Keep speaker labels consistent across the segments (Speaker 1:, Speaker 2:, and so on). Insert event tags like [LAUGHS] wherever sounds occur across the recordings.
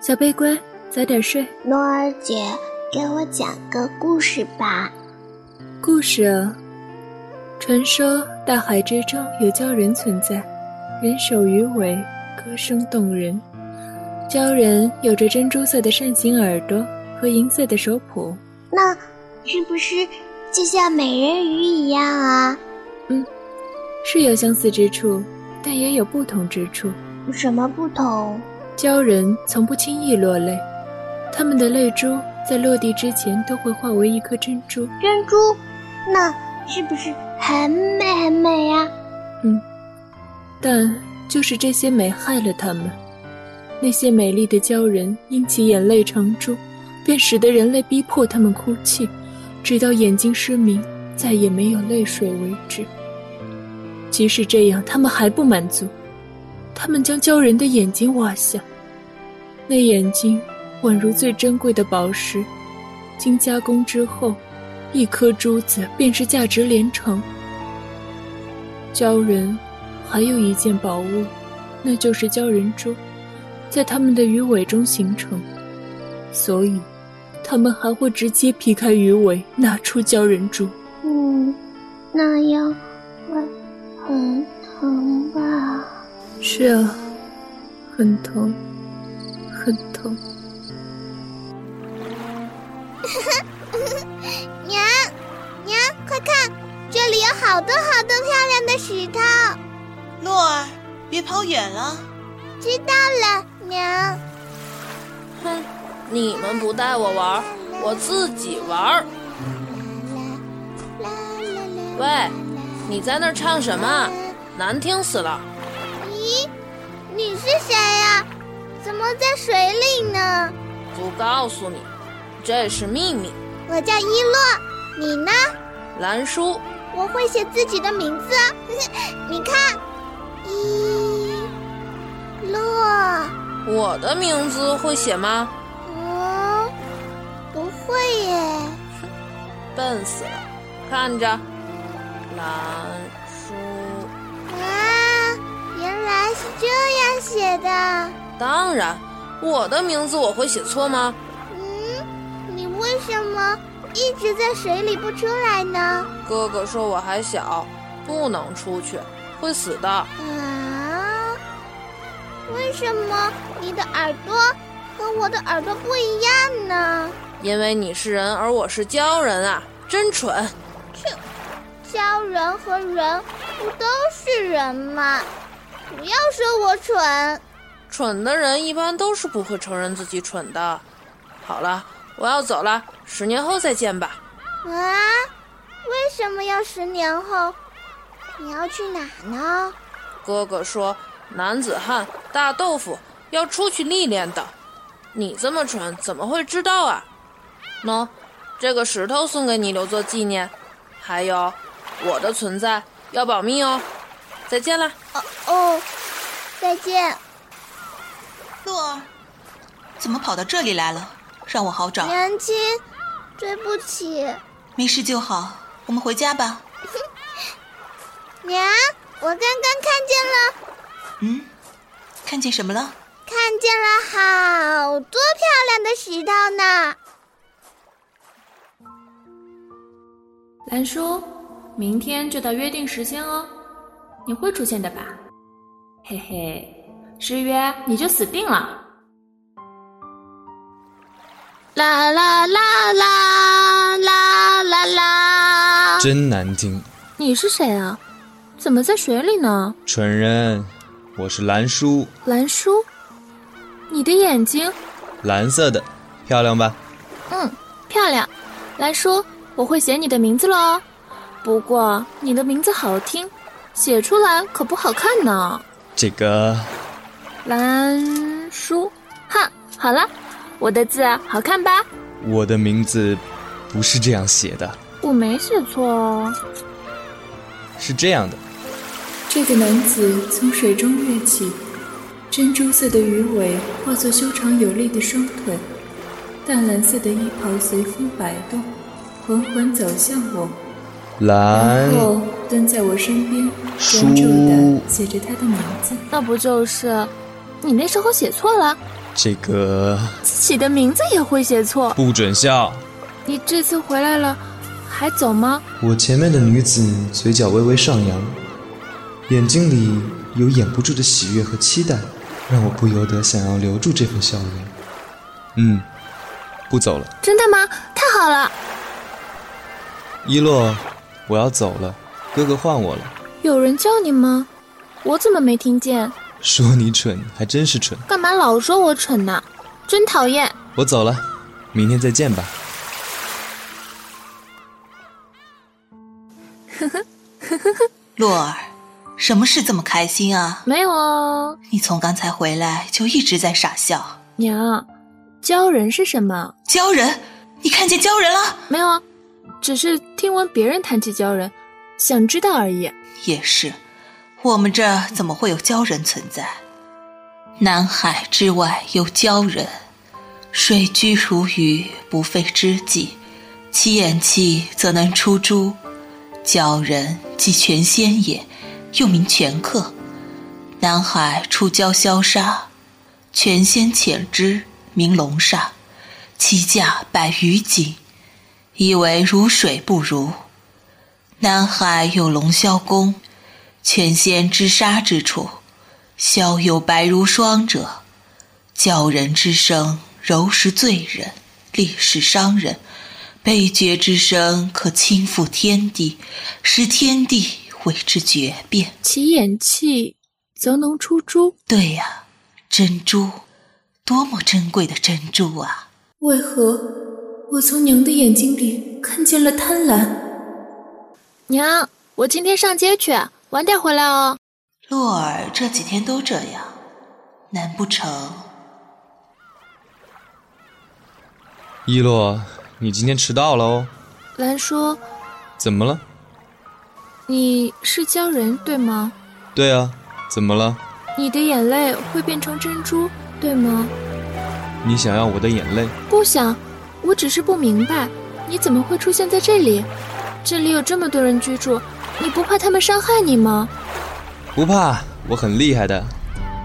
Speaker 1: 小贝乖，早点睡。
Speaker 2: 诺儿姐，给我讲个故事吧。
Speaker 1: 故事啊，传说大海之中有鲛人存在，人首鱼尾，歌声动人。鲛人有着珍珠色的扇形耳朵和银色的手蹼。
Speaker 2: 那是不是就像美人鱼一样啊？
Speaker 1: 是有相似之处，但也有不同之处。
Speaker 2: 有什么不同？
Speaker 1: 鲛人从不轻易落泪，他们的泪珠在落地之前都会化为一颗珍珠。
Speaker 2: 珍珠，那是不是很美很美啊呀、
Speaker 1: 但就是这些美害了他们。那些美丽的鲛人因其眼泪成珠，便使得人类逼迫他们哭泣，直到眼睛失明，再也没有泪水为止。即使这样，他们还不满足，他们将鲛人的眼睛挖下，那眼睛宛如最珍贵的宝石，经加工之后，一颗珠子便是价值连城。鲛人还有一件宝物，那就是鲛人珠，在他们的鱼尾中形成，所以他们还会直接劈开鱼尾，拿出鲛人珠。
Speaker 2: 嗯，那样会很疼吧？
Speaker 1: 是啊，很疼，很疼。
Speaker 3: 娘，娘，快看，这里有好多好多漂亮的石头。
Speaker 4: 诺儿，别跑远了。
Speaker 3: 知道了，娘。
Speaker 5: 哼，你们不带我玩儿，我自己玩儿。
Speaker 3: 啦啦啦
Speaker 5: 喂，你在那儿唱什么？难听死了！
Speaker 3: 咦，你是谁呀、怎么在水里呢？
Speaker 5: 不告诉你，这是秘密。
Speaker 3: 我叫伊洛，你呢？
Speaker 5: 蓝叔，
Speaker 3: 我会写自己的名字 [LAUGHS] 啊，你看，伊洛，
Speaker 5: 我的名字会写吗？
Speaker 3: 嗯，不会耶。
Speaker 5: 笨死了，看着，蓝叔，
Speaker 3: 啊，原来是这样写的。
Speaker 5: 当然，我的名字我会写错吗？
Speaker 3: 嗯，你为什么一直在水里不出来呢？
Speaker 5: 哥哥说我还小，不能出去，会死的。
Speaker 3: 啊，为什么你的耳朵和我的耳朵不一样呢？
Speaker 5: 因为你是人，而我是鲛人啊，真蠢！
Speaker 3: 鲛人和人不都是人吗？不要说我蠢。啊
Speaker 5: 蠢的人一般都是不会承认自己蠢的。好了，我要走了，十年后再见吧。
Speaker 3: 啊，为什么要十年后？你要去哪呢？
Speaker 5: 哥哥说，男子汉大豆腐要出去历练的。你这么蠢，怎么会知道啊？喏，这个石头送给你留作纪念。还有，我的存在要保密哦。再见了。
Speaker 3: 哦哦，再见。
Speaker 4: 诺儿，怎么跑到这里来了？让我好找。
Speaker 3: 娘亲，对不起。
Speaker 4: 没事就好，我们回家吧。
Speaker 3: 娘，我刚刚看见了。
Speaker 4: 嗯，看见什么了？
Speaker 3: 看见了好多漂亮的石头呢。
Speaker 6: 兰叔，明天就到约定时间哦，你会出现的吧？嘿嘿，失约你就死定了。
Speaker 3: 啦啦啦啦啦啦
Speaker 6: 啊
Speaker 3: 啦！
Speaker 7: 真难听，
Speaker 6: 你是谁啊？怎么在水里呢？
Speaker 7: 蠢人！我是蓝叔，
Speaker 6: 兰叔，你的眼睛，
Speaker 7: 蓝色的，漂亮吧？
Speaker 6: 嗯，漂亮。兰叔，我会写你的名字了哦。不过你的名字好听，写出来可不好看呢。
Speaker 7: 这个
Speaker 6: 兰叔，哈，好了，我的字好看吧？
Speaker 7: 我的名字不是这样写的，
Speaker 6: 我没写错哦。
Speaker 7: 是这样的。
Speaker 1: 这个男子从水中跃起，珍珠色的鱼尾化作修长有力的双腿，淡蓝色的衣袍随风摆动，缓缓走向我，
Speaker 7: 蓝
Speaker 1: 然
Speaker 6: 哦
Speaker 1: 后蹲在我身边，
Speaker 7: 书
Speaker 1: 专注地写着他的名字。
Speaker 6: 那不就是你那时候写错了？
Speaker 7: 这个
Speaker 1: 自己的名字也会写错。
Speaker 7: 不准笑。
Speaker 1: 你这次回来了，还走吗？
Speaker 7: 我前面的女子嘴角微微上扬，眼睛里有掩不住的喜悦和期待，让我不由得想要留住这份笑容。嗯，不走了。
Speaker 3: 真的吗？太好了！
Speaker 7: 一洛，我要走了，哥哥换我了。
Speaker 1: 有人叫你吗？我怎么没听见？
Speaker 7: 说你蠢，还真是蠢。
Speaker 3: 干嘛老说我蠢呢？真讨厌！
Speaker 7: 我走了，明天再见吧。
Speaker 4: 洛儿，什么事这么开心啊？
Speaker 1: 没有啊，
Speaker 4: 你从刚才回来就一直在傻笑。
Speaker 1: 娘，鲛人是什么？
Speaker 4: 鲛人，你看见鲛人了？
Speaker 1: 没有啊，只是听闻别人谈起鲛人，想知道而已。
Speaker 4: 也是，我们这儿怎么会有鲛人存在？南海之外有鲛人，水居如鱼，不费之计。其眼气则能出珠。鲛人即全仙也，又名全客。南海出鲛消杀，全仙遣之，名龙煞，其价百余斤，以为如水不如。南海有龙霄宫，全仙之杀之处，骁有白如霜者。鲛人之声，柔是醉人，烈是伤人。悲绝之声可倾覆天地，使天地为之绝变。
Speaker 1: 其眼气则能出珠，
Speaker 4: 对呀、珍珠，多么珍贵的珍珠啊！
Speaker 8: 为何我从娘的眼睛里看见了贪婪？
Speaker 3: 娘，我今天上街去，晚点回来哦。
Speaker 4: 洛儿这几天都这样，难不成
Speaker 7: 一洛，你今天迟到了哦，
Speaker 1: 兰说
Speaker 7: 怎么了？：“
Speaker 1: 你是鲛人对吗？
Speaker 7: 对啊，怎么了？
Speaker 1: 你的眼泪哎会变成珍珠对吗？
Speaker 7: 你想要我的眼泪？
Speaker 1: 不想，我只是不明白，你怎么会出现在这里？这里有这么多人居住，你不怕他们伤害你吗？
Speaker 7: 不怕，我很厉害的，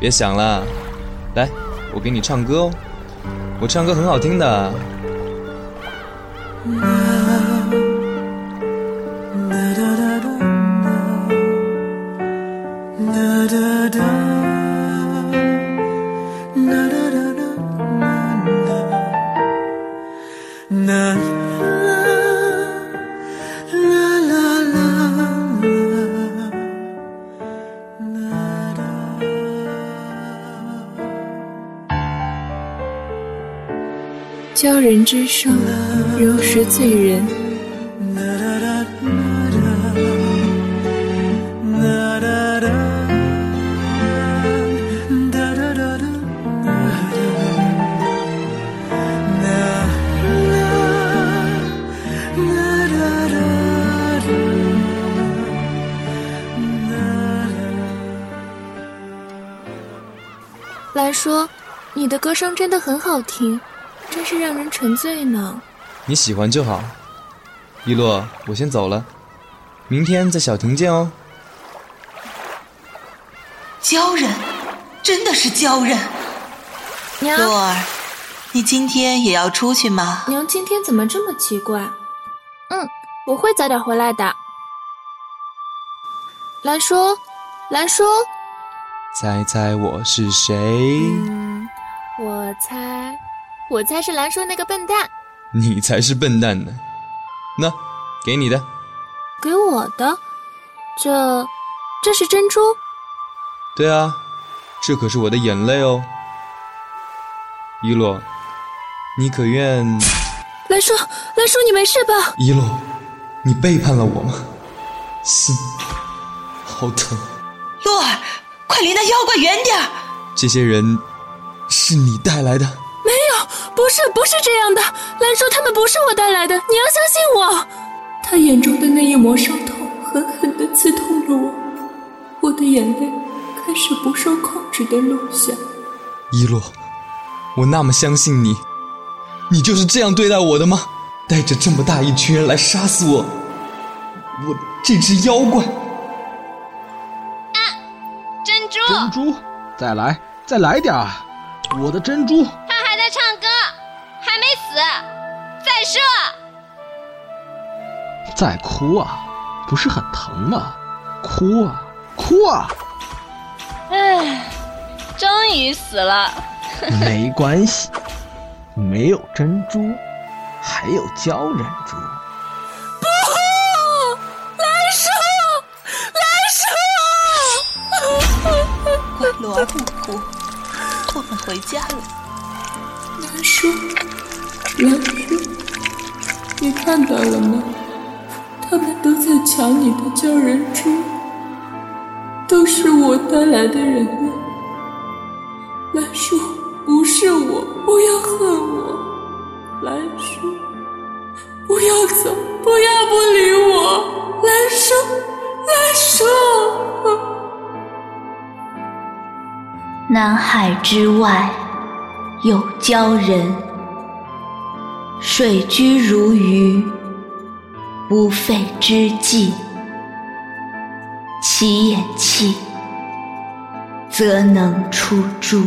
Speaker 7: 别想了。来，我给你唱歌哦，我唱歌很好听的。
Speaker 1: 鲛人之声，柔石醉人。兰说：“你的歌声真的很好听，真是让人沉醉呢。
Speaker 7: 你喜欢就好。一洛，我先走了，明天在小亭见哦。
Speaker 4: 鲛人？真的是鲛人？”
Speaker 1: 娘，
Speaker 4: 洛儿，你今天也要出去吗？
Speaker 1: 娘今天怎么这么奇怪？
Speaker 3: 嗯我会早点回来的。兰说：“兰说，
Speaker 7: 猜猜我是谁？
Speaker 3: 我猜，我猜是兰说那个笨蛋。
Speaker 7: 你才是笨蛋呢。那，给你的。
Speaker 3: 给我的，这，这是珍珠。
Speaker 7: 对啊，这可是我的眼泪哦。一洛，你可愿？
Speaker 1: 兰说，兰说，你没事吧？
Speaker 7: 一洛，你背叛了我吗？心好疼。
Speaker 4: 洛儿，快离那妖怪远点儿！
Speaker 7: 这些人是你带来的？
Speaker 1: 不是，不是这样的。兰说他们不是我带来的，你要相信我。
Speaker 8: 他眼中的那一抹伤痛狠狠地刺痛了我，我的眼泪开始不受控制地落下。
Speaker 7: 一洛，我那么相信你，你就是这样对待我的吗？带着这么大一群人来杀死我，我这只妖怪
Speaker 9: 珍珠，再来，再来点儿啊！
Speaker 7: 我的珍珠！
Speaker 10: 他还在唱歌，还没死，再射！
Speaker 7: 再哭啊，不是很疼吗？哭啊，哭啊！
Speaker 10: 唉，终于死了。
Speaker 7: 没关系，没有珍珠，还有胶珍珠。
Speaker 1: 不，来射，来射！
Speaker 4: 乖罗儿不哭，我们回家了。
Speaker 1: 兰叔，兰叔，你看到了吗？他们都在抢你的鲛人珠，都是我带来的人呢。兰叔，不是我，不要恨我，兰叔，不要走，不要不理我，兰叔，兰叔。
Speaker 4: 南海之外有鲛人，水居如鱼。不费之计，其眼气，则能出诸。